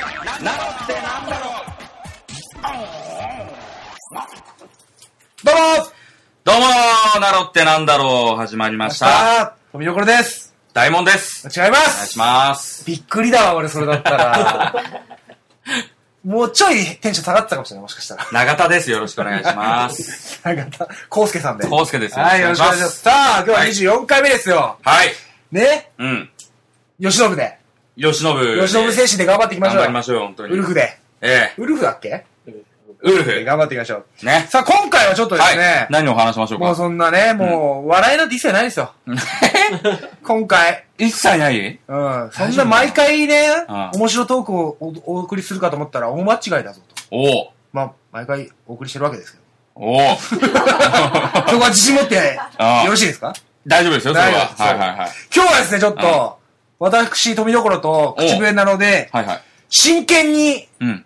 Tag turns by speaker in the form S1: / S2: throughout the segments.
S1: ってなんだろう
S2: どうも
S1: どうもナロってなんだろう始まりました。
S2: さあ、富所です
S1: 大門です。
S2: 違いま
S1: お願いし
S2: す
S1: ます。
S2: びっくりだわ、俺それだった ら。もうちょいテンション下がってたかもしれない、もしかしたら。
S1: 永田です。よろしくお願いします。
S2: なんか、コウスケさんで。
S1: コウスケです
S2: はい、よろしくお願いします。さあ、今日は24回目ですよ。
S1: はい。
S2: ね
S1: うん。
S2: 吉信で。
S1: 吉信。
S2: 吉信選手で頑張っていきまし
S1: 頑
S2: ょう。
S1: 張りましょうよ、本当に。
S2: ウルフで。
S1: ええ。
S2: ウルフだっけ
S1: ウルフ。
S2: 頑張っていきましょう。
S1: ね。
S2: さあ、今回はちょっとで
S1: は
S2: す
S1: い
S2: ね。。
S1: 何を話しましょう
S2: もう
S1: か。
S2: そんなね、もう、笑いなんて一切ないです よ。今回。
S1: 一切ない
S2: うん。そんな毎回ね
S1: うん、
S2: 面白トークをおお送りするかと思ったら、大間違いだぞと。
S1: おお
S2: まあ、毎回お送りしてるわけですけど。
S1: おお
S2: そこは自信持って、よろしいですか
S1: 大丈夫ですよ、それは。
S2: 大丈夫です
S1: はいはいはい。
S2: 今日はですね、ちょっ
S1: うん
S2: と、私、富所と口笛なので、
S1: はいはい。
S2: 真剣に、
S1: うん。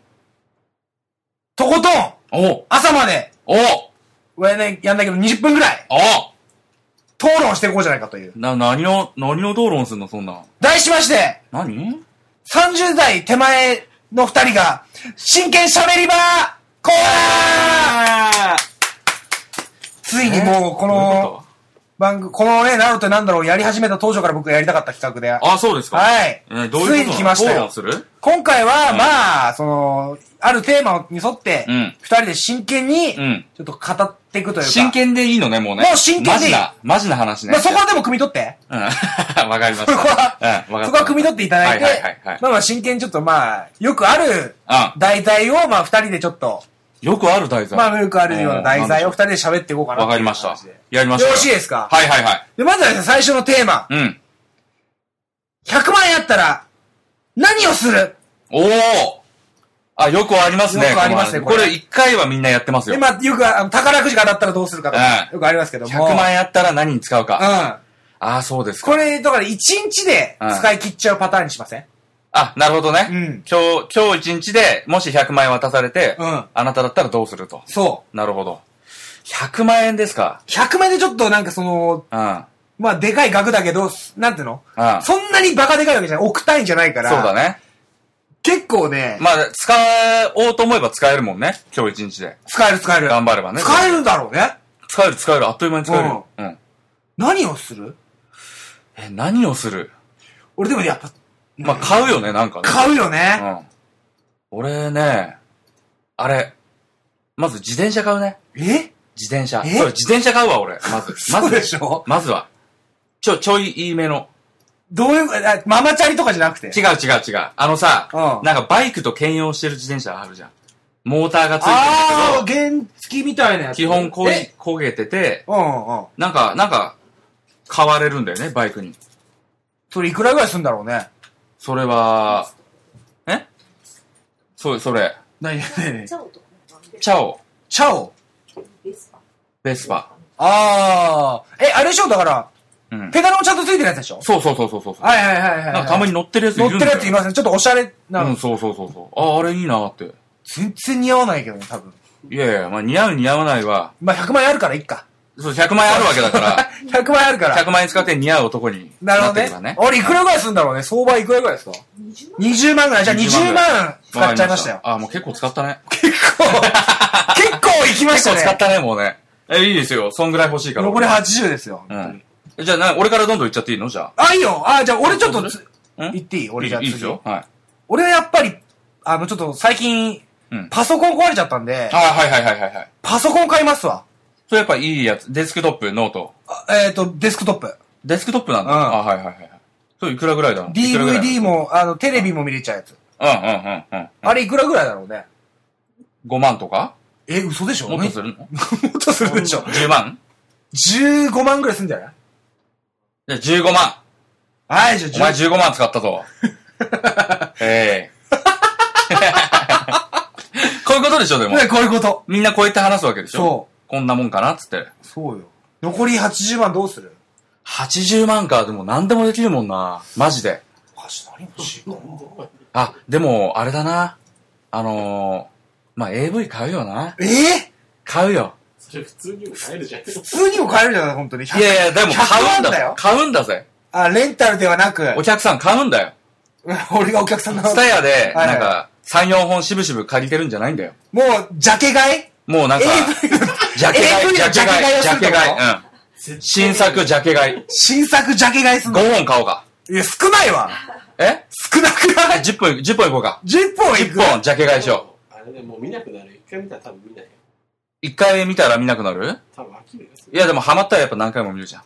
S2: とことん、
S1: おお
S2: 朝まで、
S1: お
S2: やんないやんだけど20分ぐらい、
S1: お
S2: 討論していこうじゃないかという。
S1: な、何を、何を討論すんの、そんな。
S2: 題しまして、
S1: 何
S2: 30代手前の2人が、真剣喋り場コーナー
S1: あ
S2: ついにもう、この、番組、このね、なるとなんだろう、やり始めた当初から僕がやりたかった企画で、
S1: あ、そうですか。
S2: はい
S1: えどういうことなの
S2: ついに来ましたよ
S1: 討論する
S2: 今回は、
S1: うん
S2: まあ、その、あるテーマに沿って、
S1: う
S2: 二、
S1: ん
S2: 人で真剣に、
S1: うん
S2: ちょっと語っていくというか。
S1: 真剣でいいのね、もうね。
S2: もう真剣でいい
S1: マジな、マジな話ね。
S2: まあ、そこはでも汲み取って。
S1: うん。 わかりまし
S2: そ
S1: た。
S2: こは、
S1: うん、わかった。
S2: そこは汲み取っていただいて、
S1: はいはいはい、
S2: まあまあ真剣にちょっとまあ、よくある
S1: はい。
S2: 題材を、まあ二人でちょっと、
S1: うん。よくある題材。
S2: まあよくあるような題材を
S1: う
S2: 二人で喋っていこうか
S1: ん
S2: な
S1: わ
S2: と
S1: か
S2: い
S1: り
S2: う
S1: ました
S2: 感じで。
S1: やりましょう。
S2: よろしいですか
S1: はいはいはい。
S2: で、まずはですね、最初のテーマ。
S1: うん。
S2: 100万円あったら、何をする
S1: おおあ、よくありますね。
S2: よくありますね
S1: この
S2: これ
S1: これ一回はみんなやってますよ。
S2: 今、よくあの宝くじが当たったらどうするかとか、
S1: うん
S2: よくありますけども。
S1: 100万円あったら何に使うか。
S2: うん。
S1: ああ、そうですか。
S2: これ、だから一日で使い切っちゃうパターンにしません
S1: あ、なるほどね。
S2: うん
S1: 今日、今日一日で、もし100万円渡されて、
S2: うん
S1: あなただったらどうすると。
S2: そ
S1: なるほど。100万円ですか。
S2: う。100万でちょっとなんかその、
S1: うん。
S2: まあでかい額だけど、なんていうの
S1: うん
S2: そんなにバカでかいわけじゃない。億単位じゃないから。
S1: そうだね。
S2: 結構ね、
S1: まあ、使おうと思えば使えるもんね。今日一日で。
S2: 使える使える。
S1: 頑張ればね
S2: 使えるだろうね。
S1: 使える使える。あっという間に使えるよ。うん。
S2: 何をする
S1: え、何をする
S2: 俺でもやっぱ、
S1: まあ、買うよね、なんかね。
S2: 買うよね。
S1: うん。俺ね、あれ、まず自転車買うね。
S2: え
S1: 自転車。
S2: え
S1: そう、自転車買うわ、俺。ま ず。ま
S2: そう
S1: ず
S2: で、しょ
S1: まずは。ちょ、ちょいいいめの。
S2: どういう、あママチャリとかじゃなくて。
S1: 違う違う違う。あのさ、
S2: うん
S1: なんかバイクと兼用してる自転車あるじゃん。モーターがついてるん
S2: あ
S1: だ
S2: あ、原付みたいなや
S1: け
S2: つ。
S1: ど、基本こ
S2: え
S1: い焦げてて、
S2: うんうんうん。
S1: なんか、なんか、買われるんだよね、バイクに。
S2: それいくらぐらいするんだろうね。
S1: それは、えそう、それ。
S2: 何何
S3: チャオとかね。
S1: チャオ、
S2: チャオ
S3: ベスパ。
S1: ベスパ。
S2: ああ。え、あれでしょだから、
S1: うん。
S2: ペダルもちゃんとついてるやつでしょ
S1: そうそうそうそうそう。
S2: はいはいはいはい。
S1: なんかたまに乗ってるやつい
S2: 乗
S1: る
S2: っ
S1: ん
S2: て
S1: だ
S2: る
S1: よ。
S2: やついますね。ちょっとおしゃれな、
S1: うん、そうそうそうそう。あ、あれいいなって。
S2: 全然似合わないけどね、多分。
S1: いやいや、まあ似合う似合わないは、
S2: まあ、100万円あるからいっか。
S1: そう、100万円あるわけだから、
S2: 100万円あるから。
S1: 100万円使って似合う男に
S2: なるほ
S1: な
S2: ど
S1: ってれ
S2: ね
S1: ばね。。
S2: 俺、いくらぐらいするんだろうね。相場いくらぐらいですか ?20
S3: 20万
S2: 万ぐらい。じゃあ20
S1: 20
S2: 万
S1: わ
S2: 使
S1: か
S2: っ
S1: り
S2: ちゃいましたよ。
S1: あ、もう結構使ったね。
S2: 結構、結構行きまし
S1: 結
S2: た
S1: 構使っ
S2: ね。
S1: たね、もうね。え、いいですよ。そんぐらい欲しいから。
S2: 残り80ですよ。
S1: うん。じゃあな、俺からどんどん言っちゃっていいのじゃ
S2: あ、いいよ。あ、じゃあ俺ちょっとつ、
S1: あ。
S2: 言っていい俺
S1: いい
S2: じゃあ
S1: いいです
S2: 次
S1: よ。。はい。
S2: 俺はやっぱり、あの、ちょっと最近
S1: うん、
S2: パソコン壊れちゃったんで
S1: あ、はいはいはいはいはい。
S2: パソコン買いますわ。
S1: それやっぱいいやつ。デスクトップ、ノート。
S2: あえっと、デスクトップ。
S1: デスクトップなんだ。
S2: うん
S1: あ、はいはいはいはい。それいくらぐらいだろういくらぐらい
S2: DVD も、あの、テレビも見れちゃうやつ。
S1: だろう。うんうんうんうん。
S2: あれいくらぐらいだろうね。
S1: 5万とか
S2: え、嘘でしょ
S1: もっとする の
S2: もっとするでしょ。
S1: ?10 万
S2: 15万ぐらいすんじゃない
S1: じゃあ15万。
S2: はい、じゃあ
S1: お前
S2: 10
S1: 15万使っ たぞ。ええ こういうことでしょ、でも。
S2: ねこういうこと。
S1: みんなこうやって話すわけでしょ
S2: そ
S1: こんなもんかなっつって。
S2: そうよ。残り80万どうする
S1: 80万か、でも何でもできるもんな。マジで。
S2: マジ何欲しいかな
S1: あ、でも、あれだな。あのー、まあ、AV 買うよな。
S2: ええ
S1: 買うよ。
S4: それ普通にも買えるじゃん。
S2: 普通にも買えるじゃない、本当に。
S1: いやいや、でも買うん
S2: 100万だ
S1: だ
S2: よ
S1: 買うんだぜ。
S2: あ、レンタルではなく、
S1: お客さん買うんだよ。
S2: 俺がお客さんなの
S1: スタヤで、
S2: はいは
S1: ないんか、 3、4本しぶしぶ借りてるんじゃないんだよ。
S2: もう、ジャケ買い
S1: もうなんか、
S2: ?AV の、
S1: ジャケ買
S2: AV
S1: い、
S2: の
S1: ジャケ買い、ジ
S2: ジャ
S1: ャ
S2: ケ買いをするっ
S1: ケ
S2: てこと
S1: 買い。うん。新作ジャケ買い。
S2: 新作ジャケ買いすん
S1: 5
S2: の
S1: 本買おうか。
S2: いや、少ないわ。
S1: え
S2: 少なくない
S1: ?10 本、10本いこうか。
S2: ?10 本い
S1: 10
S2: く
S1: 本ジャケ買いしよ
S4: あれね、もう見なくなる。一回見たら多分見ないよ。
S1: う。1回見たら見なくなる
S4: 多分飽きるよ。
S1: いやでもハマったらやっぱ何回も見るじゃん。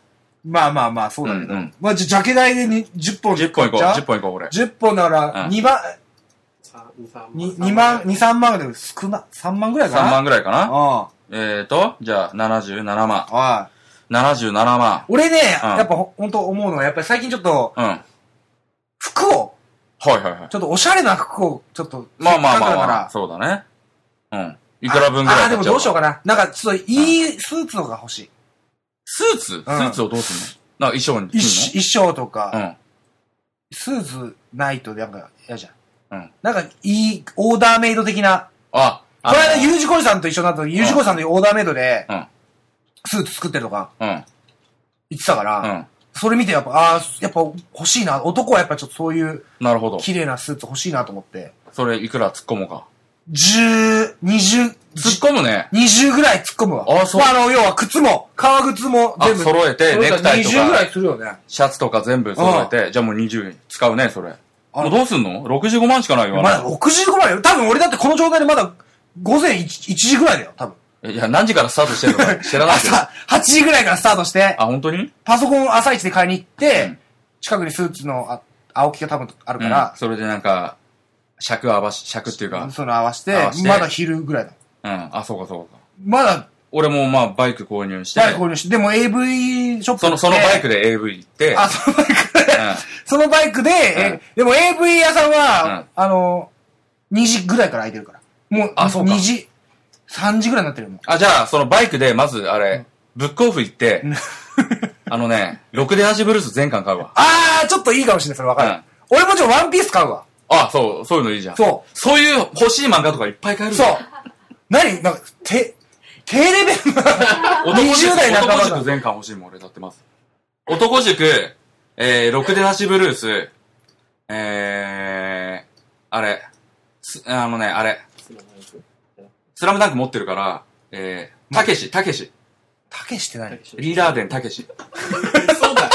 S2: まあまあまあ、そうだけど。
S1: うんうん
S2: まあ、じゃあ、ジャケ買いでに10本。
S1: 10本いこう、
S2: じゃあ
S1: 10本いこう、俺。
S2: 10本な
S1: う
S2: ら、
S1: ん
S2: 2万、
S4: さ二三
S2: に二万、2、
S4: 三
S2: 3万ぐらい、少な、3万ぐらい
S1: 3
S2: かな
S1: 万ぐらいかな
S2: あ
S1: えーと、じゃあ77万。
S2: あ、はい。
S1: 77万。
S2: 俺ね、
S1: うん
S2: やっぱほほんと思うのは、やっぱり最近ちょっと、
S1: うん。はい
S2: 服を、
S1: はいはい。
S2: ちょっとおしゃれな服を、ちょっと、
S1: まあま
S2: せっか
S1: あま
S2: く
S1: あ
S2: だか
S1: ま
S2: ら
S1: あ、そうだね。うん。いくら分ぐらい
S2: ああ、でも
S1: 買っちゃ
S2: どうしようかな。なんか、ちょっといいスーツとか欲しい。
S1: スーツスーツをどうすんのなんか衣装に
S2: 衣
S1: す
S2: 衣装と
S1: ん
S2: か、
S1: の
S2: スーツないとなんか嫌じゃん。
S1: うん
S2: なんかいい、オーダーメイド的な。
S1: うん。あ、
S2: こ
S1: あ
S2: の
S1: の
S2: 間、U 字工事さんと一緒になった時、U 字工事さんのオーダーメイドで
S1: うん、
S2: スーツ作ってるとか
S1: うん。
S2: 言ってたから、
S1: うん。
S2: それ見てやっぱ、ああー、やっぱ欲しいな。男はやっぱちょっとそういう
S1: なるほど。
S2: 綺麗なスーツ欲しいなと思って、
S1: それいくら突っ込もうか。
S2: 10、20、
S1: 突っ込むね。
S2: 20ぐらい突っ込むわ。
S1: あそう
S2: まあ、あの、要は靴も、革靴も
S1: あ
S2: 全部。
S1: 揃えて
S2: 揃たら
S1: ネクタイとか
S2: 20ぐらいするよね。
S1: シャツとか全部揃えて、じゃあもう20使うね、それ。
S2: あ
S1: もうどうすんの ?65 万しかないよ、
S2: ま
S1: あ
S2: だ65までよ。多分俺だってこの状態でまだ午前 1, 時ぐらいだよ、多分。
S1: れいや、何時からスタートしてるの か知らないけど。
S2: 朝、8時ぐらいからスタートして、
S1: あ、本当に
S2: パソコンを朝一で買いに行って、
S1: うん
S2: 近くにスーツのあ青木が多分あるか
S1: うん
S2: ら、
S1: それでなんか、尺合わし、尺っていうか、
S2: そういうの合わせて
S1: 合わせて
S2: まだ昼ぐらいだ。
S1: うん、あ、そうかそうか。
S2: まだ、
S1: 俺もまあ、バイク購入して、
S2: 誰購入して、でも AV ショップ
S1: その、そのバイク
S2: で。
S1: で AV 行って、
S2: あ、そのバイクで。
S1: う
S2: そのバイクで、えでも AV 屋さんは、あの、2時ぐらいから空いてるから。もう、
S1: あそうか
S2: 2時、3時ぐらいになってるもん。
S1: あ、じゃあ、そのバイクで、まずあれ、ブックオフ行って、あのね、ろくでなしブルース全巻買うわ。
S2: あー、ちょっといいかもしれない、それわかる。俺もちろんワンピース買うわ。
S1: あ、そう、そういうのいいじゃん。。
S2: そう
S1: そういう欲しい漫画とかいっぱい買える
S2: そう
S1: う。。
S2: 何なんか、て、低レベルな。
S1: 男塾、
S2: 20代半ばだ
S1: 男塾全巻欲しいもん、俺だってます。男塾、えー、ろくでなしブルース、えー、あれ、すあのね、あれ、スラムダンク持ってるから、えー、たけし、たけし、
S2: たけしって何
S1: リーダーデンたけし。
S4: そうだ。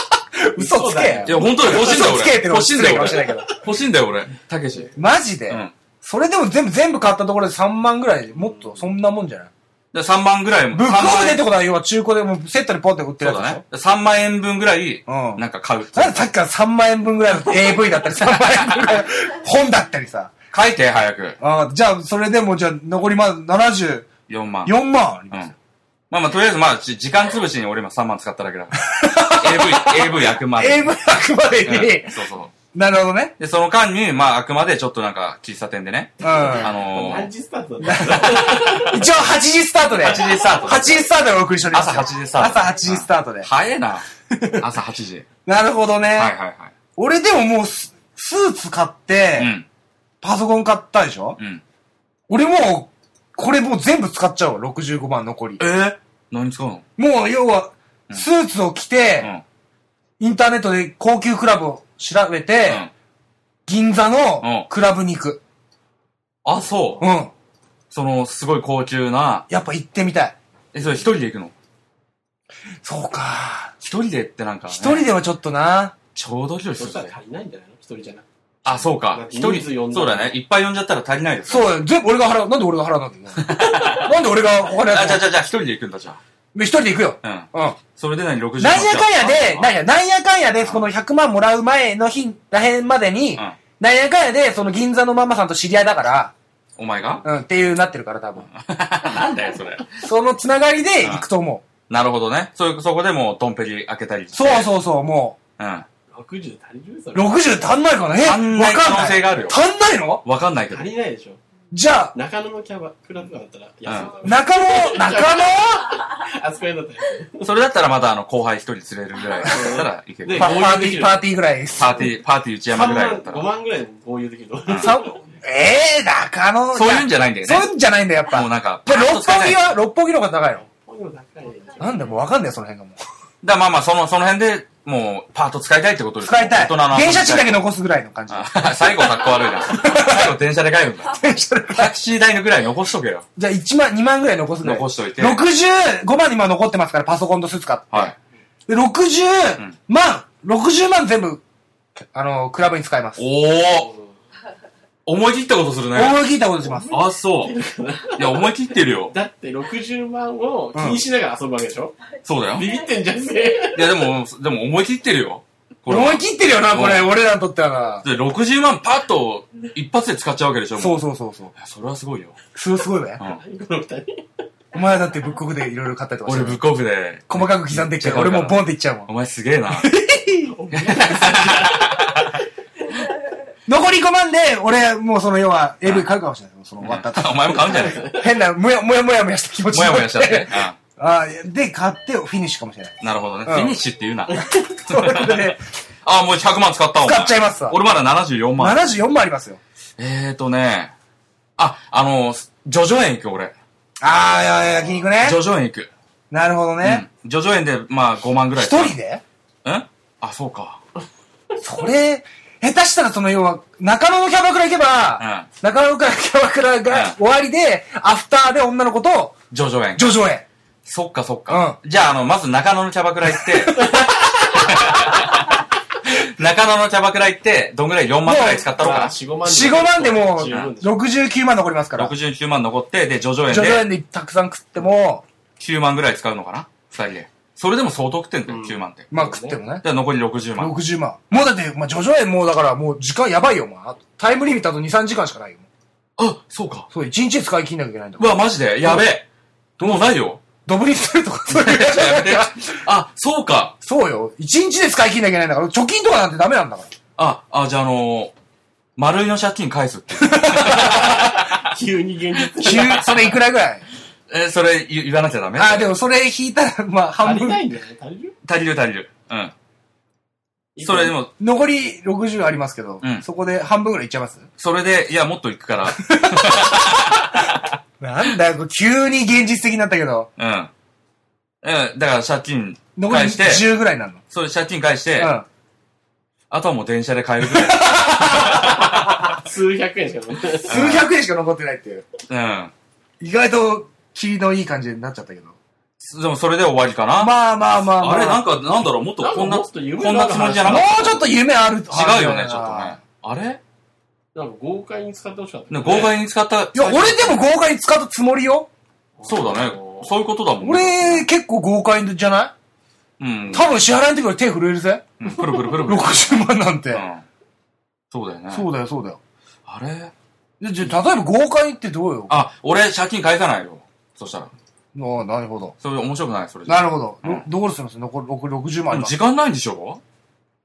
S2: 嘘つけ
S1: いや、本当に欲しいんだよ、
S2: 嘘つけっ
S1: 俺。
S2: てのも
S1: 欲しいん
S2: 失
S1: だ
S2: 礼
S1: よ、
S2: かもしれな
S1: 俺
S2: いけど。
S1: 欲しいんだよ、俺。たけし。
S2: マジで、
S1: うん
S2: それでも全部、全部買ったところで3万ぐらいで、もっと、そんなもんじゃない
S1: で3万ぐらいも。
S2: ブック
S1: 3
S2: オ
S1: 万
S2: フでっ
S1: 円
S2: てことは、要は中古でもうセットでポンって売って
S1: そ
S2: る
S1: う
S2: やつで
S1: だ
S2: しょ
S1: ね。3万円分ぐらい、
S2: うん
S1: なんか買う。書
S2: なんでさっきから3万円分ぐらいの AV だったり、3万円分ぐらいの 本だったりさ。
S1: いて、早く。
S2: あーじゃあ、それでもじゃあ、残りまだ74
S1: 4
S2: 万
S1: 万。
S2: あり
S1: う
S2: ます
S1: ん。まあまあ、とりあえず、まあ、じ時間潰しに俺今3万使っただ けだから。AV、AV あくまで。
S2: AV あくまでに、
S1: うんそうそう。
S2: なるほどね。
S1: で、その間に、まあ、あくまでちょっとなんか、喫茶店でね。
S2: うん。
S1: あのー、
S4: 何時スタートだった
S2: 一応8時スタートで。
S1: 8時スタート
S2: 8時スタートでお送りしておりますよ。
S1: 朝8時スタート
S2: 朝8時スタートで。
S1: 早えな。朝8時。
S2: なるほどね。
S1: はいはいはい。
S2: 俺でももうス、スーツ買って、
S1: うん。
S2: パソコン買ったでしょ
S1: うん。
S2: 俺もう、これもう全部使っちゃうわ、65万残り。
S1: えー、何使うの
S2: もう要は、スーツを着て、
S1: うん。
S2: インターネットで高級クラブを調べて、
S1: うん。
S2: 銀座
S1: うん
S2: のクラブに行く。
S1: あ、そう。
S2: うん。
S1: その、すごい高級な、
S2: やっぱ行ってみたい。
S1: え、それ一人で行くの
S2: そうか。
S1: 一人でってなんか、ね。
S2: 一人ではちょっとな。
S1: ちょうど広い
S4: そ
S1: です
S4: した
S1: よね
S4: ら。足りないんじゃないの一人じゃなくて。
S1: あ、そうか。一人、
S4: 人数呼んだ
S1: そうだね。いっぱい呼んじゃったら足りないです。
S2: そうだよ。全部俺が払う。なんで俺が払うなんだ なんで俺が他のや
S1: あ、じゃあ
S2: つ
S1: じゃあじゃあ一人で行くんだ、じゃ
S2: 一人で行くよ。
S1: あ。う
S2: う
S1: ん。
S2: ん。なん
S1: それで何、60
S2: やかんやで、なん
S1: や、
S2: や、なんやかんやで、その100万もらう前の日らへんまでに、
S1: うん
S2: なんやかんやで、その銀座のママさんと知り合いだから、
S1: お前が
S2: うん、っていうなってるから多分。
S1: なんだよ、それ。
S2: そのつながりで行くと思う。
S1: なるほどね。そ、そこでもう、トンペリ開けたりして。
S2: そうそうそう、も
S1: うん。
S4: 60で足りる
S2: う。
S4: それ。
S2: 60足んないかなえ
S1: 足んない
S2: わかん
S1: 可能性があるよ
S2: 足んないの
S1: わかんないけど
S4: 足。りないでしょ。
S2: じゃあ、
S4: 中野のキャバクラとかだったら、安いだろ
S2: 中野、中野
S4: あそこへだったら安い。
S1: それだったらまだ、あの、後輩一人連れるぐらいだった らいける。
S4: ね
S1: パ
S2: パパ
S4: 合流
S2: ーテ
S4: で
S2: ィ
S4: き
S2: ー、
S4: る
S2: パーティーぐらいです。
S1: パーティー、パーティー内
S4: 3
S1: 山ぐらいだ
S4: 万、
S1: った
S4: 5
S1: ら。
S4: 万ぐらいで合流できると思う。
S2: さええー、中野。
S1: そういうんじゃないんだよね
S2: そういうんじゃないんだよ、やっぱ。
S1: もうなんか
S2: で六
S1: 使え
S2: 本
S1: ない
S2: 木は、六本木の方が高いの。
S4: こういうの高いね
S2: なんだよ、もうわかんないよ、その辺がもう。
S1: だからまあまあ、その、その辺で、もう、パート使いたいってことですよ
S2: 使いたい。
S1: 大人の
S2: 電車賃だけ
S1: の。
S2: 残すぐらいの感じ。
S1: あ 最後格好悪いな。最後電車で帰るんだ。
S2: 電車で
S1: タクシー代のぐらい残しとけよ。
S2: じゃあ1万、2万ぐらい残すぐらい。
S1: 残しといて。
S2: 65万今残ってますから、パソコンとスーツ買って。
S1: はい。
S2: で、60
S1: ん
S2: 万、60万全部、あの、クラブに使います。
S1: おお思い切ったことするね。
S2: 思い切ったことします。
S1: あ、そう。いや、思い切ってるよ。
S4: だって60万を気にしながら遊ぶわけでしょ、
S1: そうだよ。い
S4: ビビってんじゃんね
S1: や、でも、でも思い切ってるよ。これは
S2: 思い切ってるよな、これ、
S1: う
S2: 俺らにとっては
S1: で60万パッと一発で使っちゃうわけでしょ。
S2: な。そううそうそうそう。
S1: いや、それはすごいよ。
S2: すごいすごいね
S1: う。ん。
S4: この二人。
S2: お前だってブックオフでいろいろ買ったりとかし
S1: 俺、
S2: て
S1: ブックオフで。
S2: 細かく刻んでっけど、俺もうボンっていっちゃうもん。
S1: お前すげえな。
S2: 残り5万で、俺、もうその要は AV 買うかもしれない。その終わった後。
S1: お前も買うんじゃないか。
S2: 変な、もやもやもやもやした気持ち
S1: も
S2: に
S1: や
S2: な
S1: もやしちゃ って。。う
S2: あーで、買ってフィニッシュかもしれない。
S1: ん。なるほどね。
S2: う
S1: フ
S2: ん
S1: ィニッシュって言うな。
S2: ということで、
S1: あ、もう100万使ったわお前
S2: 使っちゃいますわ
S1: 俺まだ74万。
S2: 74もありますよ。
S1: えーとね。あ、あの、ジョジョ園行く俺。
S2: ああ、いやいや、焼肉ね
S1: ジ。ョジョ園行く。
S2: なるほどね。
S1: うん。ジョジョ園で、まあ5万ぐらい。
S2: 一人で
S1: うんあ、そうか。
S2: それ、下手したらその要は、中野のキャバクラ行けば、中野のキャバクラ
S1: うん
S2: が終わりで、アフターで女の子と、
S1: ジョジョ園。
S2: ジョジョへ。
S1: そっかそっか。じゃあ、あの、まず中野のキャバクラ 行って、中野のキャバクラ行って、どんぐらい ?4 万ぐらい使ったろう
S4: まあ
S1: か。
S4: 4、5万
S2: 4、5万でもう、
S4: 十分でしょ
S2: 69万残りますから。ジ
S1: 69万残って、で、ジョジョ
S2: ョ
S1: 園
S2: ジョ
S1: で
S2: 園でたくさん食っても、
S1: 9万ぐらい使うのかな二人で。それでも相当食ってんだよ、9万って。
S2: まあ食ってもね。
S1: じゃあ残り60万。
S2: 60万。もうだって、まあ、ジョジョ園もうだから、もう時間やばいよ、まあと。タイムリミットあと2、3時間しかないよ。
S1: あ、そうか。
S2: そう、1日使い切んなきゃいけないんだか
S1: う
S2: ら。
S1: わ、マジでやべえ。もうな いよ。
S2: ドブリするとか、そういうやつじゃな
S1: や
S2: い
S1: べえ
S2: から。
S1: あ、そうか。
S2: そうよ。1日で使い切んなきゃいけないんだから、貯金とかなんてダメなんだから。
S1: あ、あ、じゃああのー、丸いの借金返すっていう。
S4: 急に現実
S2: 急 それいくらぐら い
S1: え、それ言言わなきゃダメ
S2: ああ、でもそれ引いたら、まあ、半
S4: 足り
S2: 分。
S4: ないんじゃない足りる
S1: 足りる足りる。うん。それでも、
S2: 残り60ありますけど、
S1: うん
S2: そこで半分ぐらいいっちゃいます
S1: それで、いや、もっと行 くから。
S2: なんだよ、これ急に現実的になったけど、
S1: うん。うん、だから借金
S2: 残り
S1: 返して、
S2: 10ぐらいになるの。
S1: それ借金返して、
S2: うん。
S1: あとはもう電車で帰るぐらい。
S4: 数百円しか残ってない。
S2: 数百円しか残ってないっていう。
S1: うん。
S2: 意外と、霧のいい感じになっちゃったけど。
S1: でもそれで終わりかな。
S2: まあまあまあまあ。
S1: あれ、なんか、なんだろう、もっとこんな、
S4: なんかもっと夢
S1: こん
S4: のあ
S1: な
S4: る
S1: つもりじゃな
S2: も
S1: かっ
S2: うちょっと夢ある違
S1: た。違うよね、ちょっとね。。あれね
S4: なんか豪快に使ってほしかった。
S1: 豪快に使った。
S2: いや、俺でも豪快に使ったつもりよ。
S1: そうだね。そういうことだもんね。
S2: 俺、結構豪快じゃな
S1: うん
S2: い。多分支払いの時より手震えるぜ。
S1: うん。プルプル プルプル。
S2: 60万なんて
S1: う。ん。そうだよね。
S2: そうだよ、そうだよ。
S1: あれ
S2: でじゃあ、例えば豪快ってどうよ。あ
S1: あ、俺、借金返さないよ。そしたら。
S2: あ、なるほど。
S1: それ面白くないそれじゃ
S2: なるほど。
S1: うん
S2: どどうするんですか残り60万あ
S1: で
S2: り
S1: も
S2: ます
S1: 時間ないんでしょ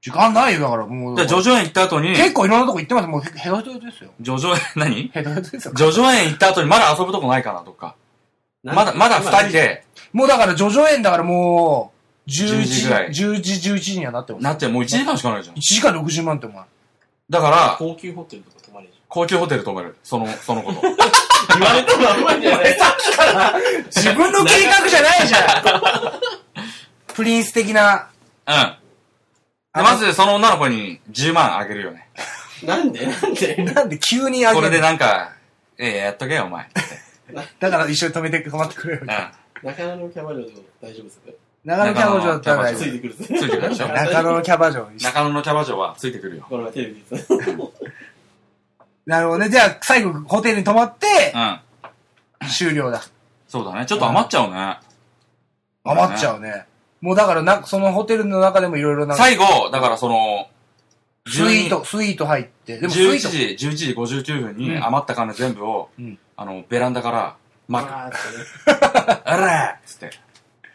S2: 時間ないよ、だからもう。
S1: じゃあ、ジョジョ園行った後に、
S2: 結構いろんなとこ行ってます。もうへ、ヘドヘドですよ。
S1: ジョジョ 園、何
S2: ヘドヘドですよ。
S1: ジョジョ園行った後にまだ遊ぶとこないかな、とか。まだ、まだ二人。で、
S2: もうだから、ジョジョ園だからもう、11
S1: 10時ぐらい
S2: 10時、11時にはなってます。
S1: なっちゃうもう1時間しかないじゃん
S2: 1。時間60万ってお前。
S1: だから、
S4: 高級ホテルとか泊まれる。
S1: 高級ホテル泊める。その、 そのこと。
S4: 言われたまんまじゃ ない。
S2: 自分の計画じゃないじゃんプリンス的な、
S1: うん。でまず、その女の子に10万あげるよね。
S4: なんでなんで
S2: なんで急にあげ
S1: これ
S2: る
S1: でなんか、ええやっとけよ、お前。
S2: だから一緒に止めて、止まってくれよ
S1: う。ん。
S4: 中野のキャバ嬢でも大丈夫ですよね。
S2: 長野キャバ嬢だったら大
S1: うん
S4: つ
S2: 丈
S4: いてくる
S1: ついてくるでしょ
S2: 夫。中野のキャバ嬢。
S1: 中野のキャバ嬢はついてく るよ。
S4: このテ レビで。
S2: なるほどね。じゃあ、最後、ホテルに泊まって
S1: う、ん。
S2: 終了だ。
S1: そうだね。ちょっと余っちゃうね。
S2: 余っちゃうね。もうだからな、そのホテルの中でもいろいろなんか、
S1: 最後、だからその、
S2: スイート、スイート入って。でもスイ
S1: 11
S2: ート。
S1: 時、11時59分に
S2: うん
S1: 余った金全部を
S2: うん、
S1: あの、ベランダから、まく。
S4: あーってね
S1: あらーつって。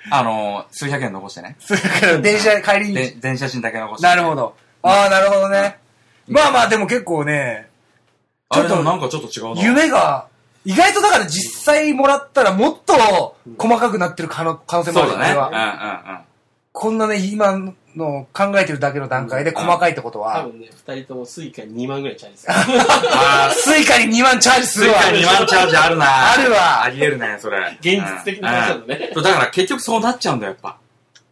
S1: あの、数百円残してね。
S2: それから電車で帰り
S1: で
S2: に。
S1: 全写真だけ残して。
S2: なるほど。ああ、なるほどね。まあまあ、でも結構ね、
S1: あれ
S2: ちょっ
S1: で
S2: と
S1: もなんかちょっと違うな。
S2: 夢が、意外とだから実際もらったらもっと細かくなってる可能可能性
S1: そう
S2: もあるよ俺
S1: だね。
S2: は
S1: うんうんうん。
S2: こんなね、今の考えてるだけの段階で細かいってこと
S4: 多
S2: は、
S4: 分ね、二人ともスイカ2万ぐらいチャレ ンジす
S1: あー、
S2: スイカに2万チャージす
S1: スイ
S2: るわ。
S1: カにワンチャージあるな
S2: あるわ
S1: ありえるね、それ。
S4: る。現実的な話なんだ
S1: うん
S4: ね。
S1: うんそうだから結局そうなっちゃうんだよ、やっぱ。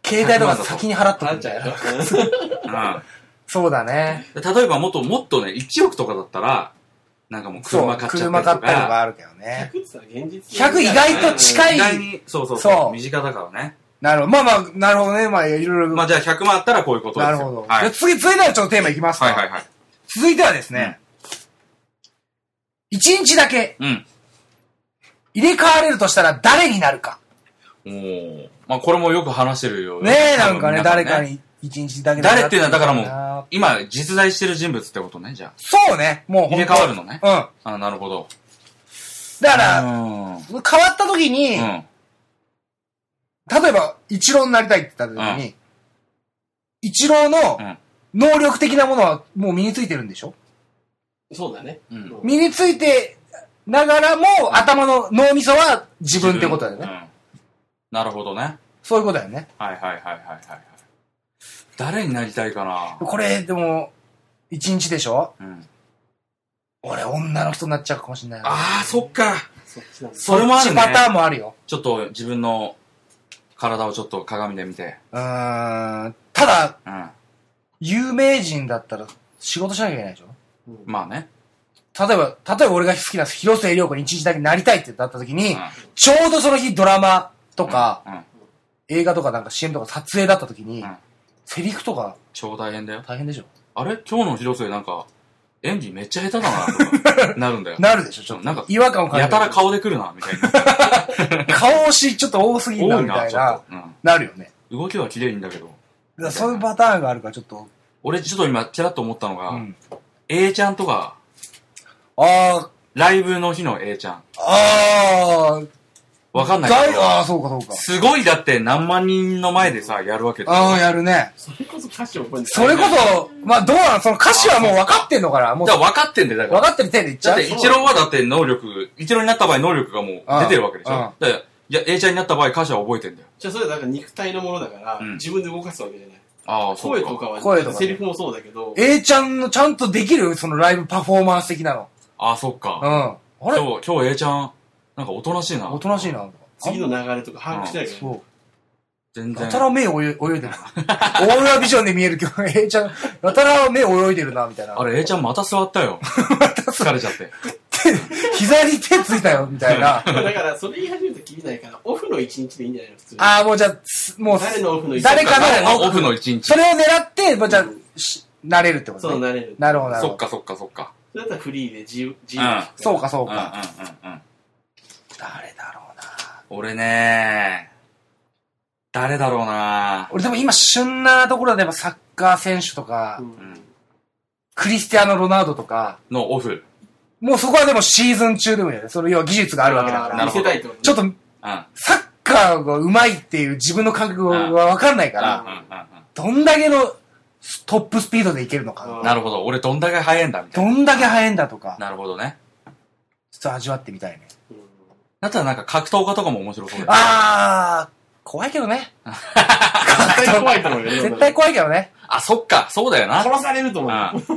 S2: 携帯とか先に払っと
S4: 払っ
S2: く
S4: ち。ゃうよ。
S1: う
S2: そうだね。
S1: ん。で例えばもっと、もっとね、1億とかだったら、なんかもう
S2: そ
S1: 車
S2: う、
S1: 買っちゃった
S2: 車
S1: り
S2: 買
S1: と
S2: ったりとか
S1: か。
S2: あるけどね。
S4: 100ってさ、現実
S2: 100意外と近い
S1: 意外に、そうそうそう。
S2: そう
S1: 身近だからね。
S2: なるほど。まあまあ、なるほどね。まあ、いろいろ。
S1: まあじゃあ100万あったらこういうことです
S2: な
S1: よ。
S2: るほど。
S1: はい。
S2: じゃあ次、続いてはちょっとテーマいきますか。
S1: はいはいはい。
S2: 続いてはですね、一1日だけ
S1: うん。
S2: 入れ替われるとしたら誰になるか。
S1: おーまあこれもよく話してるよ。
S2: ねえ、なんかね、
S1: 多分
S2: 誰
S1: 皆さ
S2: か
S1: んね。
S2: に一日だけ
S1: 誰っていうのはだからも
S2: う
S1: う。、今実在してる人物ってことね、じゃ
S2: そうね、もう
S1: 入れ
S2: 本当
S1: 替わるのね
S2: うん。だか
S1: あ。あなるほど。
S2: ら、
S1: うん。うん。
S2: 変わった時に、例えば、一郎になりたいって言った時に、一郎の
S1: うん
S2: 能力的なものはもう身についてるんでしょ
S4: そうだね。
S1: うん
S2: 身についてながらも、頭の脳みそは自分ってことだよね。
S1: うん。なるほどね。
S2: そういうことだよね。
S1: はいはいはいはいはいはい。誰になりたいかな
S2: これ、でも、一日でしょ
S1: うん。
S2: 俺、女の人になっちゃうかもしれない。
S1: ああ、そっか。
S4: そっちなんだ。
S1: それもある
S2: こ
S1: ね
S2: っちパターンもあるよ。
S1: ちょっと自分の体をちょっと鏡で見て。
S2: うーん。ただ、
S1: うん。
S2: 有名人だったら仕事しなきゃいけないでしょ
S4: うん
S1: まあね。
S2: 例えば、例えば俺が好きな広末涼子に一日だけなりたいってなった時に、
S1: うん
S2: ちょうどその日ドラマとか、
S1: うん。
S2: 映画とかなんか CM とか撮影だった時に、
S1: うん
S2: セリフとか
S1: 超大変だよ。
S2: 大変でしょ
S1: あれ今日の広末なんか、演技めっちゃ下手だな、 とか、なるんだよ。
S2: なるでしょちょっ
S1: なんか
S2: と。違和感を感じ
S1: や
S2: る。
S1: たら顔で来るな、みたいな。
S2: 顔押しちょっと多すぎるな、
S1: 多い
S2: みた
S1: な、
S2: い
S1: ちょっ
S2: な
S1: と。。うん
S2: なるよね。
S1: 動きは綺麗いんだけど。
S2: だからそういうパターンがあるから、ちょっと。
S1: 俺ちょっと今、ちらっと思ったの
S2: う
S1: が、
S2: ん。
S1: A ちゃんとか、
S2: あ
S1: ライブの日の A ちゃん。
S2: あ、ああ、
S1: わかんないけ
S2: 外
S1: ど。
S2: ああ、そうかそうか。
S1: すごいだって何万人の前でさ、やるわけだ
S2: ああ、
S1: だ
S2: やるね。
S4: それこそ歌詞を覚えて
S2: それこそ、まあどうなのその歌詞はもう分かってんのかなもう
S1: から分かってんだよ、だか
S2: 分
S1: ら。
S2: かってる手で言っち
S1: だ
S2: ゃ
S1: っ
S2: う
S1: て、一郎はだって能力、一郎になった場合能力がもう出てるわけでしょ。
S2: う
S1: だ
S2: ん
S1: から、いや、A ちゃんになった場合歌詞は覚えてんだよ。
S4: じゃあそれはだから肉体のものだから、
S1: うん
S4: 自分で動かすわけじゃない。
S1: ああ、そう
S4: 声とかは、
S2: 声とかね
S4: セリフもそうだけど、
S2: A ちゃんのちゃんとできるそのライブパフォーマンス的なの。
S1: ああ、そっ
S2: うん。
S1: か。
S2: あ
S1: 今
S2: れ
S1: 日、今日 A ちゃん、なんかおとなしいな。
S2: おとなしいな。
S4: 次の流れとか把握してないから、ね。
S2: そ
S1: 全
S2: う。
S1: 然
S2: や。たら目 泳い泳いでるな。オーロラビジョンで見えるけど、A ちゃん、やたら目泳いでるな、みたいな。
S1: あれ、A ちゃんまた座ったよ。疲れちゃって。
S2: 膝に手ついたよ、みたい な。
S4: だから、それ言い始めるときりないから、オフの一日でいいんじゃないの普通に。
S2: ああ、もうじゃあ、つもう、
S4: 誰のオフの一日
S2: 誰か
S1: 彼
S2: の
S1: のオフの一日
S2: そ。れを狙って、まあ、じゃあ、しなれるってこ
S4: そう
S2: とね。
S4: なれる。
S2: なるほど、なる
S1: そっ
S2: ほど。
S1: かそっかそっか。
S4: それだったらフリーで自由、自
S1: うん
S4: 由。
S2: そうか、そううん
S1: うんうん
S2: か。
S1: うん。
S2: 誰だろうな。
S1: 俺ね誰だろうな
S2: 俺でも今、旬なところで、サッカー選手とか
S4: う、
S1: ん
S4: ん。
S2: クリスティアーノ・ロナウドとか、
S1: のオフ。
S2: もうそこはでもシーズン中でもいいよね。その要は技術があるわけだか
S1: ー
S2: ら。
S1: な
S4: 見
S1: るほ
S4: せ
S1: ど
S4: たいってことね
S2: ちょっと
S1: うん。
S2: サッカーが上手いっていう自分の感覚はわかんないか、
S1: からら、う
S2: どんだけのトップスピードでいけるのか、
S1: んなるほど。俺どんだけ早いんだ、みたい
S2: どんだけ速いんだとか、
S1: な。なるほどね。
S2: ちょっと味わってみたいね。
S4: うん
S1: だったらなんか格闘家とかも面白そうだよ
S2: あー、怖いけどね。
S4: 絶対怖いと思うよ。
S2: 絶対怖いけどね。
S1: あ、そっか。そうだよな。
S4: 殺されると思うよ。
S1: う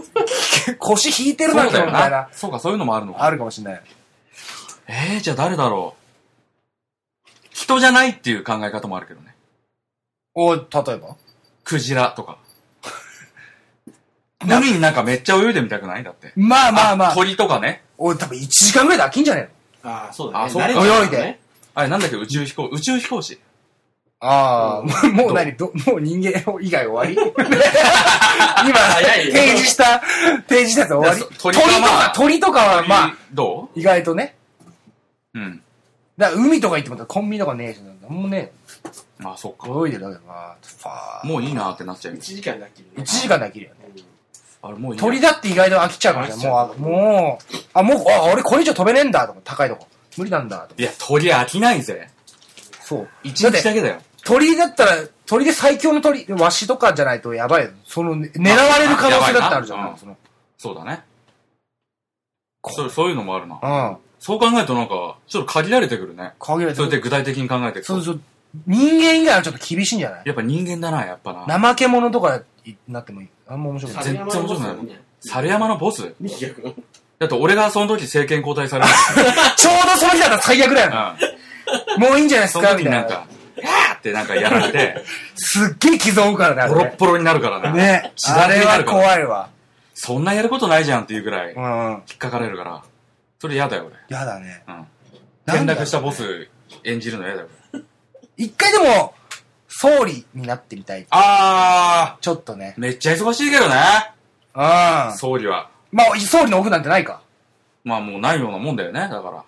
S1: ん。
S2: 腰引いてるな、
S1: そう
S2: 今
S1: だ
S2: 日み
S1: よ
S2: たいな
S1: な。。そうか、そういうのもあるのか。
S2: あるかもしれない。
S1: えー、じゃあ誰だろう。人じゃないっていう考え方もあるけどね。
S2: お、例えば
S1: クジラとか。 海になんかめっちゃ泳いでみたくないだって。
S2: まあまあまあ。
S1: 鳥とかね。
S2: お、多分1時間ぐらいで飽きんじゃねえの
S4: ああ、そうだ
S1: あ
S4: ね。
S1: そうか
S4: 慣れちゃう
S2: 泳いで
S1: あれなんだっけ宇宙飛行、宇宙飛行士。
S2: ああ、も
S1: ど
S2: う
S1: う
S2: 何どもう人間以外終わ り今、
S4: 早いよ
S2: 提示した、提示したやつ終わり
S1: いやそ
S2: 鳥
S1: 鳥
S2: と
S1: はま
S2: か
S1: あ、
S2: 鳥とかはまあ、、
S1: ど
S2: 意外とね。
S1: ううん。
S2: だから海とか行ってもコンビニとかねえし、なんもね
S1: あ、そっ
S2: え
S1: か。
S2: よ。泳いでるだけだな。ファー。
S1: もういいなってなっちゃう
S4: 1。時間だっけど
S2: 1
S4: ね
S2: 時間で飽きるよね。
S1: あれもういいな。
S2: 鳥だって意外と飽きちゃうかもしれない。もうあ、
S4: 飽きちゃう
S2: もう、あ、もう、あ、俺これ以上飛べねえんだとか、高いとこ。無理なんだとか。
S1: いや、鳥飽きないぜ。
S2: そう。
S1: 一日だけだよ。
S2: 鳥だったら、鳥で最強の鳥、ワシとかじゃないとやばいよ。その、狙われる可能性だってあるじゃん。
S1: まあ
S2: な
S1: やばいな
S2: んかその
S1: そうだね。
S2: こう
S1: そう、そういうのもあるな。
S2: うん。
S1: そう考えるとなんか、ちょっと限られてくるね。
S2: 限られて
S1: そ
S2: く
S1: れ
S2: る
S1: で具体的に考えていく
S2: そ
S1: と
S2: う。そう。人間以外はちょっと厳しいんじゃない
S1: やっぱ人間だな、やっぱな。
S2: 怠け者とかになってもいい。あんま面白くない。
S1: 全然面白くない
S4: 猿山のボスだね
S1: 猿山のボス
S4: ミキヤ君
S1: だって俺がその時政権交代され
S2: ちょうどその日だったら最悪だよな。
S1: る。うん。
S2: もういいんじゃないです
S1: その
S2: かみ
S1: 時に
S2: たいな
S1: な。
S2: ん
S1: か、ってなんかやら れて、
S2: すっげえ傷負うからね、あ
S1: ボロッ
S2: れ
S1: ボロになるからな。
S2: ね。ね
S1: 血だ
S2: あ
S1: らけ
S2: れ
S1: にな
S2: は
S1: るから
S2: 怖いわ。
S1: そんなやることないじゃんっていうぐらい、
S2: う
S1: 引
S2: ん。
S1: っかかれるから。それ嫌だよ、俺。
S2: やだね。
S1: うん。
S2: なん
S1: 転
S2: だ
S1: 落したボス演じるの嫌だよ、俺。
S2: 一回でも、総理になってみたい。
S1: あ
S2: ちょっとね。
S1: ー、めっちゃ忙しいけどね。
S2: うん。まあ、
S1: 総理は。
S2: 総理のオフなんてないか。
S1: まあもうないようなもんだよね、だから。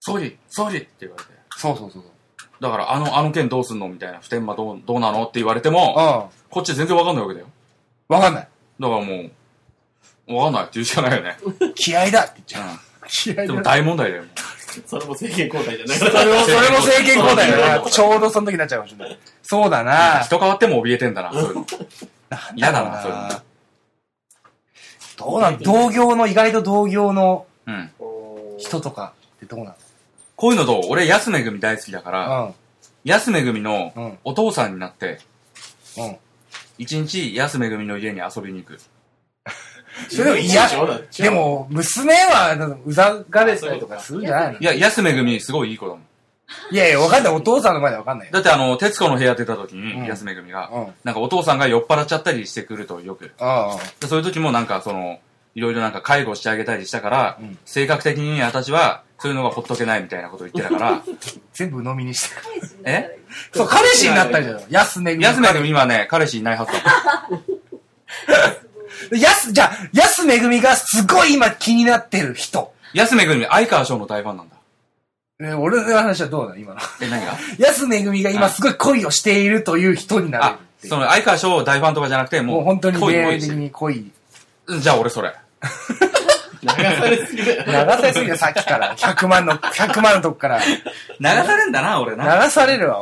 S1: 総理、総理って言われて。
S2: そうそうそうそう。
S1: だから、あの、あの件どうすんのみたいな、普天間どう、どうなのって言われても、
S2: う
S1: こっち全然わかんないわけだよ。
S2: ん。わかんない。
S1: だからもう、わかんないって言うしかないよね。
S2: 気合だって言っちゃ
S1: う
S2: う。気合
S1: ん。でも
S2: だ。
S1: 大問題だよ、もう
S4: それも政権交代じゃない
S2: それも、それも政権交代だ
S1: う
S2: な。
S1: ん
S2: ちょうどその時になっちゃうかもしれない。そうだな。
S1: 人変わっても怯えてんだな、そういうの。 嫌 だな、そういう
S2: などうなん同業の、意外と同業の
S1: の。うん。
S2: 人とかってどうな
S1: こういうのどう俺、安めぐみ大好きだから、
S2: の
S1: 安めぐみの
S2: うん。うん。
S1: お父さんになって、
S2: うん。
S1: 一日安めぐみの家に遊びに行く。
S2: それでも嫌
S4: 違う違う
S2: でも、娘は、うざがれたりとかするんじゃないの
S1: いや、安めぐみすごいいい子だもん。
S2: いやいや、わかんない。お父さんの前でわかんないよ。
S1: だってあの、徹子の部屋出た時に、
S2: うん
S1: 安めぐみ
S2: う
S1: が、
S2: ん。
S1: なんかお父さんが酔っ払っちゃったりしてくるとよく。
S2: ああ。
S1: でそういう時もなんかその、いろいろなんか介護してあげたりしたから、
S2: うん
S1: 性格的に私は、そういうのがほっとけないみたいなことを言ってた から、
S2: 全部鵜呑みにして。
S1: え
S2: そう、彼氏になったんじゃん。安めぐみ。
S1: 安めぐみ今ね、彼氏いないはずだもん。
S2: 安、じゃあ、安めぐみがすごい今気になってる人。
S1: 安めぐみ、相川翔の大ファンなんだ。
S2: え俺の話はどうだ今の。
S1: え、何が
S2: 安めぐみが今すごい恋をしているという人になれる
S1: あ
S2: っ、ていう
S1: その、相川翔大ファンとかじゃなくて、もう、
S2: もう本当に
S1: 恋
S2: 恋
S1: 恋
S2: 愛
S1: し
S2: 的
S1: てる
S2: に恋。
S1: うんじゃあ俺それ。
S4: 流されすぎだよ
S2: 流されすぎてさっきから。100万の、100万のとこから。
S1: 流されんだな、俺な。
S2: 流されるわ、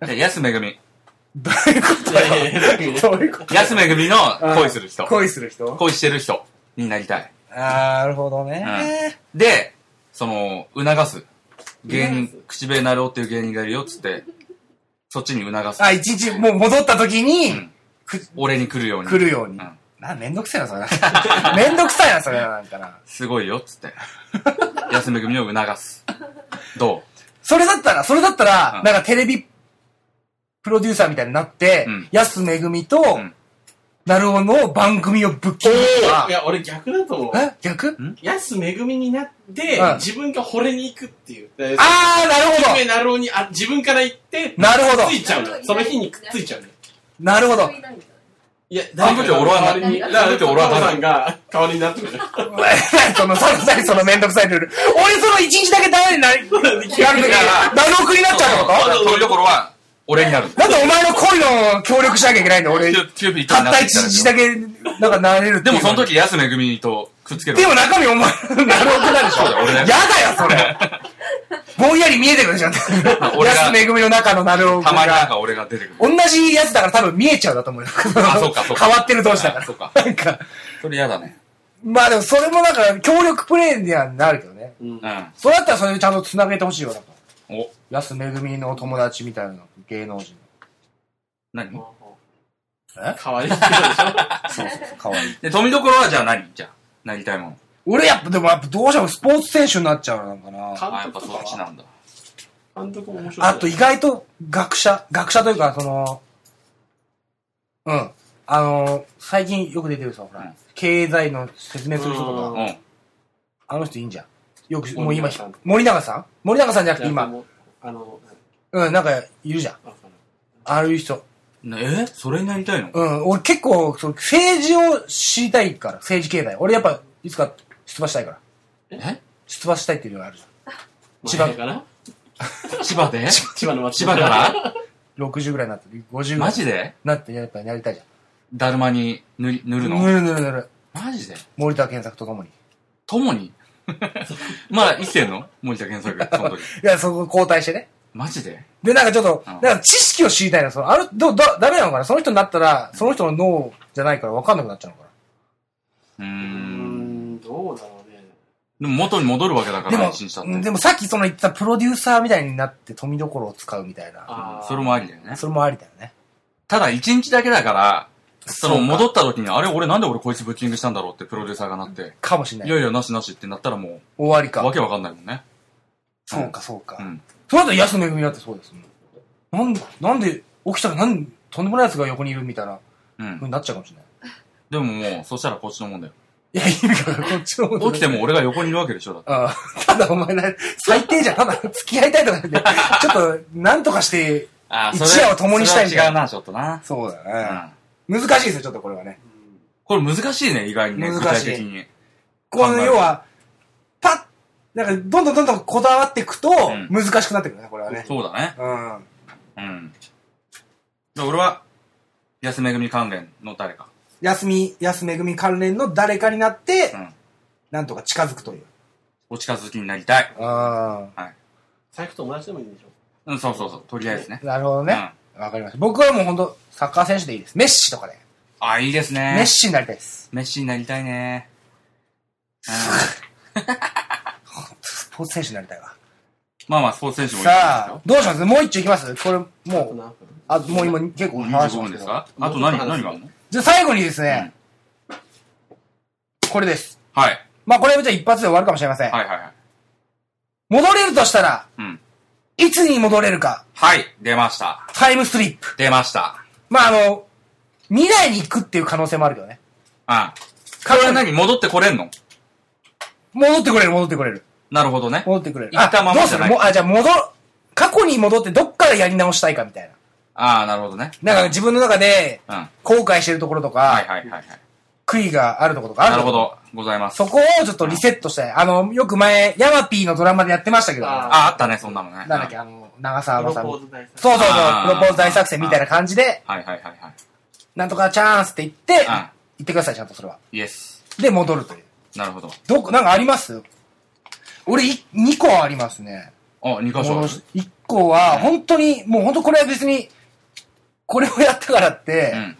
S2: 俺
S1: うん。で、安めぐみ。
S2: どういうことだよ。どういうこと
S1: 安めぐみの恋する人。
S2: 恋する人
S1: 恋してる人になりたい。
S2: あー、なるほどね。
S1: で、その、促す。芸
S4: 促
S1: 人、口笛なろうっていう芸人がいるよ、つって、そっちに促す。
S2: あ、一日、もう戻った時に、
S1: うん俺に来るように。
S2: 来るように
S1: ん。
S2: な、めんどくせえな、それ。 めんどくさいな、それなんかな。
S1: すごいよ、 つって。安めぐみを促す。ど
S2: それだったら、それだった
S1: う
S2: ら
S1: ん、
S2: なんかテレビ、プロデューサーみたいになって
S1: うん、
S2: 安めぐみと
S1: ん、
S2: なるおの番組をぶっ切るとか
S4: い、や俺逆だと思う
S2: え逆
S4: 安めぐみになって、
S2: うん
S4: 自分が惚れに行くっていうだから
S2: あー、なるほ
S4: 姫なるおにあ自分から行って
S2: どなるほど
S4: くっついちゃうのその日にくっついちゃうの
S2: なるほど。
S4: いや、
S1: あの時俺はな
S4: 代わりに
S1: あ
S4: だ
S1: の
S4: から、
S1: 時
S4: 時
S1: 俺
S4: 俺
S1: は
S4: は
S1: な
S4: さんが代わりになってくれる。
S2: その、その、何そのめんどくさいルール。俺その一日だけダメになる、なるから、ダノクになっちゃうってこ
S1: うそういうところは、俺になる。
S2: となんでお前の恋の協力しなきゃいけないんだ、俺。
S1: キ
S2: た
S1: ュキューピットにな
S2: っ
S1: ったて
S2: 一
S1: きたら
S2: 日だけ、なんかなれるってい
S1: で
S2: う
S1: もその。時、安めぐみとくっつけ る。
S2: でも中身お前、なるほどな るでしょ。
S1: そうだよ俺だ
S2: やだ
S1: よ
S2: よ、そ れ。ぼんやり見えてく るじゃん。
S1: 俺が
S2: 安めぐみの中のなるおく
S1: たまになん
S2: が。
S1: か俺が出てくる。
S2: 同じやつだから多分見えちゃうだと思うよ。
S1: あそうかそうか
S2: 変わってる同士だから。
S1: そうか
S2: なんか、
S1: それ嫌だね。
S2: まあでもそれもなんか協力プレイにはなるけどね。
S4: うん
S1: う
S2: そうだったらそれちゃんと繋げてほしいよ、だから。
S1: ん。お、
S2: 安めぐみの友達みたいなの芸能人
S1: 何
S2: え
S4: 代わりに来るでし
S2: そうそうそうかわいい
S1: で、富所はじゃあ何じゃあ、なりたいもの。
S2: 俺やっぱでもやっぱどうしてもスポーツ選手になっちゃうのかな
S4: か
S1: あ、やっぱそっちなんだ。
S4: ょ。監督も面白い。
S2: あと意外と学者学者というかそのうんあの最近よく出てるさほら、
S1: うん
S2: 経済の説明する人と
S4: う
S2: か
S4: ん
S1: うん。
S2: あの人いいんじゃんよくもう今
S4: 森永さん
S2: 森永さん森永さんじゃなくて
S4: 今
S2: 今、
S4: あの、
S2: うんなんかいるじゃん
S4: わかん
S2: ああいう人
S1: なえそれになりたいの
S2: うん俺結構その政治を知りたいから政治経済俺やっぱいつか出馬したいから
S1: え
S2: 出馬したいっていうのがあるじゃん
S4: ない
S2: 千葉
S4: 前かな
S1: 千葉で
S4: 千葉の町
S1: 千葉から
S2: 60ぐらいになってる、50ぐらい
S1: マジで
S2: なってやっぱやりたいじ
S1: だるまに塗り、塗
S2: ゃ
S1: る
S2: ん。
S1: の
S2: ぬるぬるぬる。
S1: マジで
S2: 森田健作とともに。い
S1: 共にまだ生きてんの森田健作、その時。
S2: や、そこ交代してね。
S1: マジで
S2: で、なんかちょっと、
S1: うん
S2: なんか知識を知りたいな。その、ある、ど、だ、誰なのかなその人になったら、その人の脳じゃないから分かんなくなっちゃうのか
S1: うー。
S4: うんん、どうだろうね。
S1: でも元に戻るわけだ
S2: な。
S1: か
S2: で
S1: ら、
S2: も
S1: 安心したっ
S2: うん、
S1: て。
S2: でもさっきその言ってたプロデューサーみたいになって富所を使うみたいな。
S4: あー
S1: それもありだよね。
S2: それもありだよね。
S1: ただ、一日だけだから、その
S2: そうか
S1: 戻った時に、あれ俺なんで俺こいつブッキングしたんだろうってプロデューサーがなって、
S2: かもしれ
S1: い
S2: ない。
S1: やいや、なしなしってなったらも
S2: 終わり
S1: う、わ
S2: か。
S1: けわかんないもんね。
S2: そうか、そうか。
S1: うん。
S2: その後安めぐみだってそうですもん。なんなんで起きたらなんとんでもない奴が横にいるみたいな
S1: うん
S2: 風。になっちゃうかもしれない。
S1: でももう、そしたらこっちのもんだよ。
S2: いや、意味がこっちの方
S1: 起きて
S2: も。
S1: も俺が横にいるわけでしょ、だって。
S2: ああ ただお前な、最低じゃん。ただ付き合いたいとかじゃなくて、ちょっと、なんとかして、
S1: あ
S2: ーそれ一夜を共にしたいんだ
S1: 違うな、ちょっとな。
S2: そうだ
S1: う
S2: ね。
S1: ん。
S2: 難しいですよ、ちょっとこれはね。
S1: これ難しいね、意外にね、具
S2: 難
S1: 体
S2: しい
S1: 的に。
S2: こ
S1: 考
S2: の
S1: える
S2: 要は、パッ、なんか、どんどんどんどんこだわっていくと、
S1: うん
S2: 難しくなってくるね、これはね。
S1: そうだね。
S2: うん。
S1: うん。で俺は、安めぐみ関連の誰か。
S2: 休み、安めぐみ関連の誰かになって、
S1: うん。
S2: なんとか近づくという。
S1: お近づきになりたい。
S2: あ
S4: 財布と同じでもいいんでしょ
S1: うん、そうそうそう。とりあえずね。
S2: なるほど
S1: う
S2: ね。
S1: ん。
S2: わ、かりました。僕はもう本当サッカー選手でいいです。メッシとかで。
S1: あ、いいですね。
S2: メッシになりたいです。
S1: メッシになりたいね。うん
S2: スポーツ選手になりたいわ。
S1: まあまあ、スポーツ選手もいいです
S2: さあ
S1: よ、。
S2: どうしますもう一丁いきますこれ、
S4: あと
S2: もう、
S4: 何分
S2: あ、もう今結構話して
S1: 25
S2: ます
S1: 分
S2: け
S1: です
S2: ど。
S1: かあと何、何があるの
S2: じゃあ最後にですね、これです。
S1: はい。
S2: まあこれじゃあ一発で終わるかもしれません。
S1: はいはいはい。
S2: 戻れるとしたら、
S1: うん。
S2: いつに戻れるか、
S1: はい、出ました。
S2: タイムスリップ。
S1: 出ました。
S2: まああの、未来に行くっていう可能性もあるけどね。
S1: うん。これは何戻ってこれんの
S2: 戻ってくれる、戻ってくれる。
S1: なるほどね。
S2: 戻ってくれる。
S1: 行ったま
S2: あど
S1: ま
S2: う
S1: じ
S2: す
S1: ゃ
S2: る
S1: ない
S2: もうあ、じゃあ戻、過去に戻ってどっからやり直したいかみたい
S1: ああ、なるほどね。
S2: な。なんか自分の中で
S1: うん。はい
S2: 後悔してるところとか、
S1: はいはいはい。
S2: 悔いがあるところとかあると
S1: なる
S2: 思
S1: ほ
S2: う
S1: ど。ございます。
S2: そこをちょっとリセットしたい。あの、よく前、ヤマピーのドラマでやってましたけど、
S4: あ
S2: な
S4: ー
S2: ん
S1: あ、あったね、そんなのね。
S2: だっけ、あの、長澤まさん。
S4: プロ
S2: そう
S4: ポーズ大作
S2: そうそう、プ
S1: あー
S2: ロポーズ大作戦みたいな感じで、
S1: はいはいはいはい。
S2: なんとかチャンスって言って、
S1: ん
S2: 言ってください、ちゃんとそれは。
S1: イエス。
S2: で、戻るという。
S1: なるほど。
S2: どこ、なんかあります俺、2個ありますね。
S1: あ、二箇所ある。
S2: 1個は、本当に、もう本当これは別に、これをやったからっ
S1: う
S2: て、
S1: ん。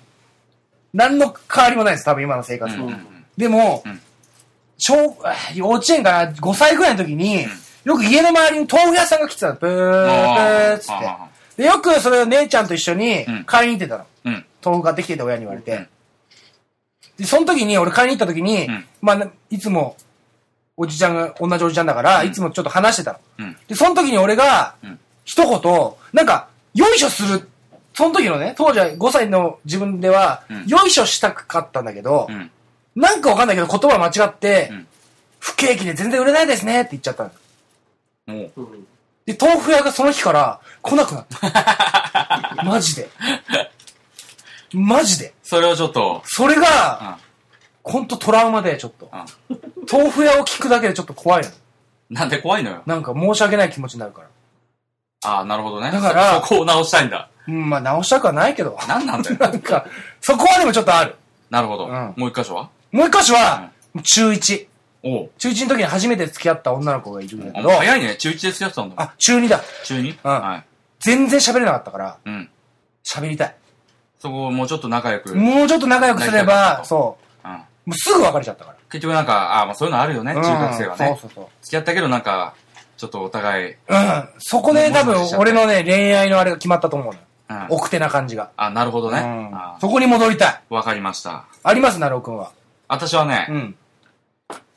S2: 何の変わりもないです、多分今の生活
S1: うん
S2: も
S1: う。ん。
S2: でも
S1: うん、
S2: 小、幼稚園かな、5歳ぐらいの時に
S1: ん、
S2: よく家の周りに豆腐屋さんが来てたの。ブー、ブーっつ
S1: あー
S2: っ
S1: あ
S2: て。で、よくそれを姉ちゃんと一緒に
S1: うん
S2: 買いに行ってたの。
S1: ーうん。
S2: 豆腐買ってきてて親に言われ
S1: う
S2: て
S1: ん。
S2: で、その時に、俺買いに行った時に
S1: うん、
S2: まあ、いつも、おじちゃんが、同じおじちゃんだから、いつもちょっと話してたの。
S1: うん。
S2: で、その時に俺が
S1: うん、
S2: 一言、なんか、よいしょする。その時のね、当時は5歳の自分では
S1: うん、
S2: よいしょしたかったんだけど
S1: う、ん。
S2: なんかわかんないけど言葉間違って、
S1: うん
S2: 不景気で全然売れないですねって言っちゃったの。
S1: もう。
S4: うん
S2: で、豆腐屋がその日から来なくな った。マジで。マジで。
S1: それをちょっと、
S2: それ
S1: う
S2: が、
S1: ん。
S2: ほんとトラウマで、ちょっと。
S1: う
S2: 豆腐屋を聞くだけでちょっと怖いの。
S1: ん。なんで怖いのよ。
S2: なんか申し訳ない気持ちになるから。
S1: ああ、なるほどね。
S2: だから
S1: そそこを直したいんだ。
S2: うん、まあ直したくはないけど。
S1: なんなん だよ。
S2: なんか、そこはでもちょっとある。
S1: なるほど。
S2: うん
S1: もう一箇所は
S2: もう一箇所は、中1。
S1: おう。
S2: 中1の時に初めて付き合った女の子がいるんだけ
S1: あもう
S2: ど、
S1: 早いね。中1で付き合ってたんだもん。
S2: あ、中2だ。
S1: 中 2?
S2: うん
S1: はい。
S2: 全然喋れなかったから、
S1: うん。
S2: 喋りたい。
S1: そこをもうちょっと仲良く。うん。
S2: もうちょっと仲良くすれ
S1: 仲良
S2: ば、
S1: く
S2: そう。もうすぐ別れちゃったから。
S1: 結局なんか、ああ、まあそういうのあるよね。中学生は
S2: うん
S1: ね。
S2: そうそうそう。
S1: 付き合ったけどなんか、ちょっとお互い、
S2: うん。そこで多分、俺のね、恋愛のあれが決まったと思うのよ。
S1: うん
S2: 奥手な感じが。
S1: あ、なるほどね。
S2: うん
S1: あ
S2: そこに戻りたい。
S1: わかりました。
S2: あります、なろうくんは。
S1: 私はね、
S2: うん。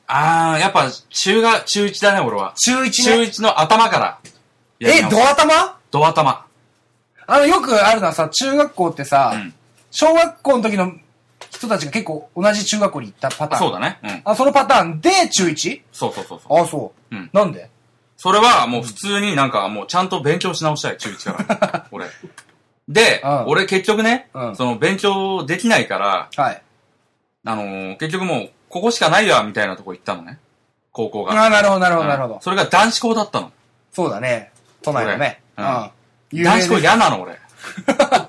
S1: あー、やっぱ、中が、中1だね、俺は。
S2: 中一
S1: 中
S2: ね。
S1: 1の頭から。
S2: え、
S1: ど
S2: ド頭
S1: ド頭。
S2: あの、よくあるのはさ、中学校ってさ
S1: うん、
S2: 小学校の時の人たちが結構同じ中学校に行ったパタ
S1: あ
S2: ーン。
S1: そうだね。うん。
S2: あ、そのパターンで中 1?
S1: そうそうそうそう。
S2: あ、そう。
S1: うん
S2: なんで
S1: それはもう普通になんかもうちゃんと勉強し直したい、中1か ら。俺。で、
S2: うん
S1: 俺結局ね、
S2: うん
S1: その勉強できないから、
S2: はい。
S1: あのー結局もう、ここしかないわ、みたいなとこ行ったのね。高校が。
S2: あ、なるほど、なるほ
S1: う
S2: ど、
S1: ん
S2: なるほど。
S1: それが男子校だったの。
S2: そうだね。都内のね。
S1: う
S2: うんん。
S1: 男子校
S2: 今日
S1: 嫌なの、 俺。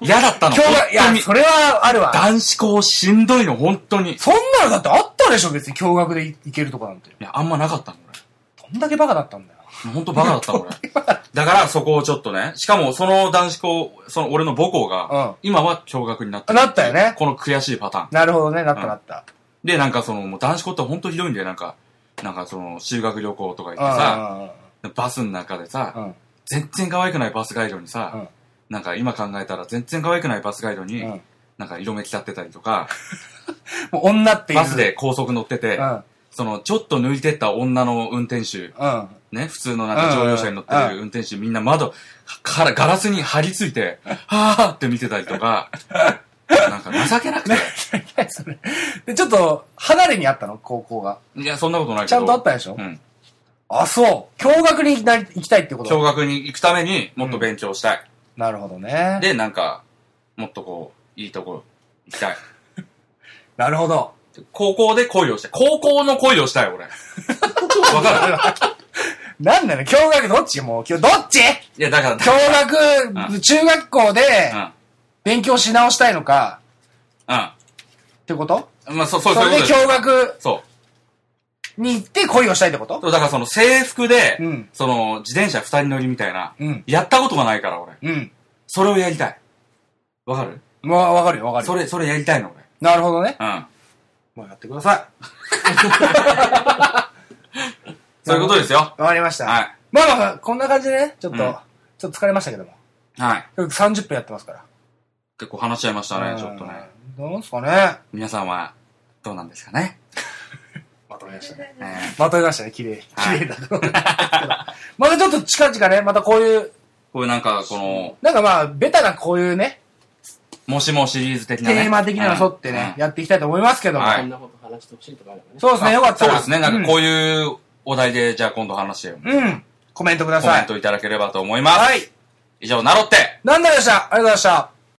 S1: 嫌だったの。
S2: が、い
S1: 本当
S2: や、
S1: に
S2: それはあるわ。
S1: 男子校しんどいの、本当に。い
S2: そんなのだってあったでしょ、別に驚学でいけるとこなんて。
S1: や、あんまなかったの、
S2: どんだけバカだったんだよ。
S1: 俺。本当バカだった の、俺。だから、そこをちょっとね。しかも、その男子校、その俺の母校
S2: うん
S1: が、今は驚学になった。
S2: なったよね
S1: この悔しいパターン。
S2: なるほどね、なった
S1: うん
S2: なった。
S1: で、なんかその、もう男子校って本当ひどいんだよ、なんか。なんかその、修学旅行とか行ってさ、
S2: あ
S1: バスの中でさ、
S2: うん
S1: 全然可愛くないバスガイドにさ、
S2: うん
S1: なんか今考えたら全然可愛くないバスガイドに、
S2: うん
S1: なんか色めき立ってたりとか、
S2: もう 女っていう。
S1: バス。で高速乗ってて、
S2: うん。
S1: その、ちょっと抜いてった女の運転手
S2: うん。
S1: ね、普通のなんか乗用車に乗ってる運転手みんな窓からガラスに張り付いて、はぁーって見てたり とか、なんか情けなくて。
S2: それ。で、ちょっと、離れにあったの高校が。
S1: いや、そんなことないけど。
S2: ちゃんとあったでしょ
S1: うん。
S2: あ、そう。驚愕になり行きたいってこと
S1: 共学に行くためにもっと勉強したい。
S2: なるほどね。
S1: で、なんか、もっとこう、いいとこ行きたい。
S2: なるほど。
S1: 高校で恋をしたい。高校の恋をしたい、 俺。わかる
S2: なんなの驚愕どっちもう、今日どっち
S1: いや、だから、
S2: 驚愕、中学校で勉強し直したいのか、
S1: う
S2: ってこと
S1: ん。うん。まあ、そう、そう、
S2: そ
S1: そういう
S2: れ
S1: こ
S2: で
S1: とです。
S2: 驚愕
S1: そう。
S2: に行って恋をしたいってこと
S1: そうだからその制服で、
S2: うん
S1: その自転車二人乗りみたいな、
S2: うん。
S1: やったことがないから俺。
S2: うん。
S1: それをやりたい。わかる
S2: わ、わかるよ、わか
S1: そ
S2: るよ。
S1: れ、それやりたいの俺。
S2: なるほどね。
S1: うん。
S2: もうやってくだ さ
S1: そういうことですよ。
S2: い。わかりました。
S1: はい。
S2: まあまあまあ、こんな感じでね、ちょっと、
S1: うん
S2: ちょっと疲れましたけども。
S1: はい。
S2: 30分やってますから。
S1: 結構話しちゃいましたね、ちょっとね。
S2: うん。どうですかね。
S1: 皆さんは、どうなんですかね。
S2: まとめましたね。
S1: えー
S2: まとめましたね、綺麗。
S1: はい
S2: 綺麗だと思いますけど。 またちょっと近々ね、またこういう、
S1: こういうなんか、この、
S2: なんかまあ、ベタなこういうね、
S1: もしもシリーズ的なね。
S2: テーマ的なの沿って
S1: うん
S2: ね、やっていきたいと思いますけども。
S1: はい
S4: こんなこと話してほしいとかあればね。
S2: そうですね、よかった
S1: そう
S2: ら。
S1: ですね。なんかこういうお題で、じゃあ今度話してよ。
S2: うん。うん。コメントくだ
S1: コメ
S2: さ
S1: ン
S2: い。
S1: トいただければと思います。
S2: はい。
S1: 以上、ナロって
S2: なんだでしたありがとうございました。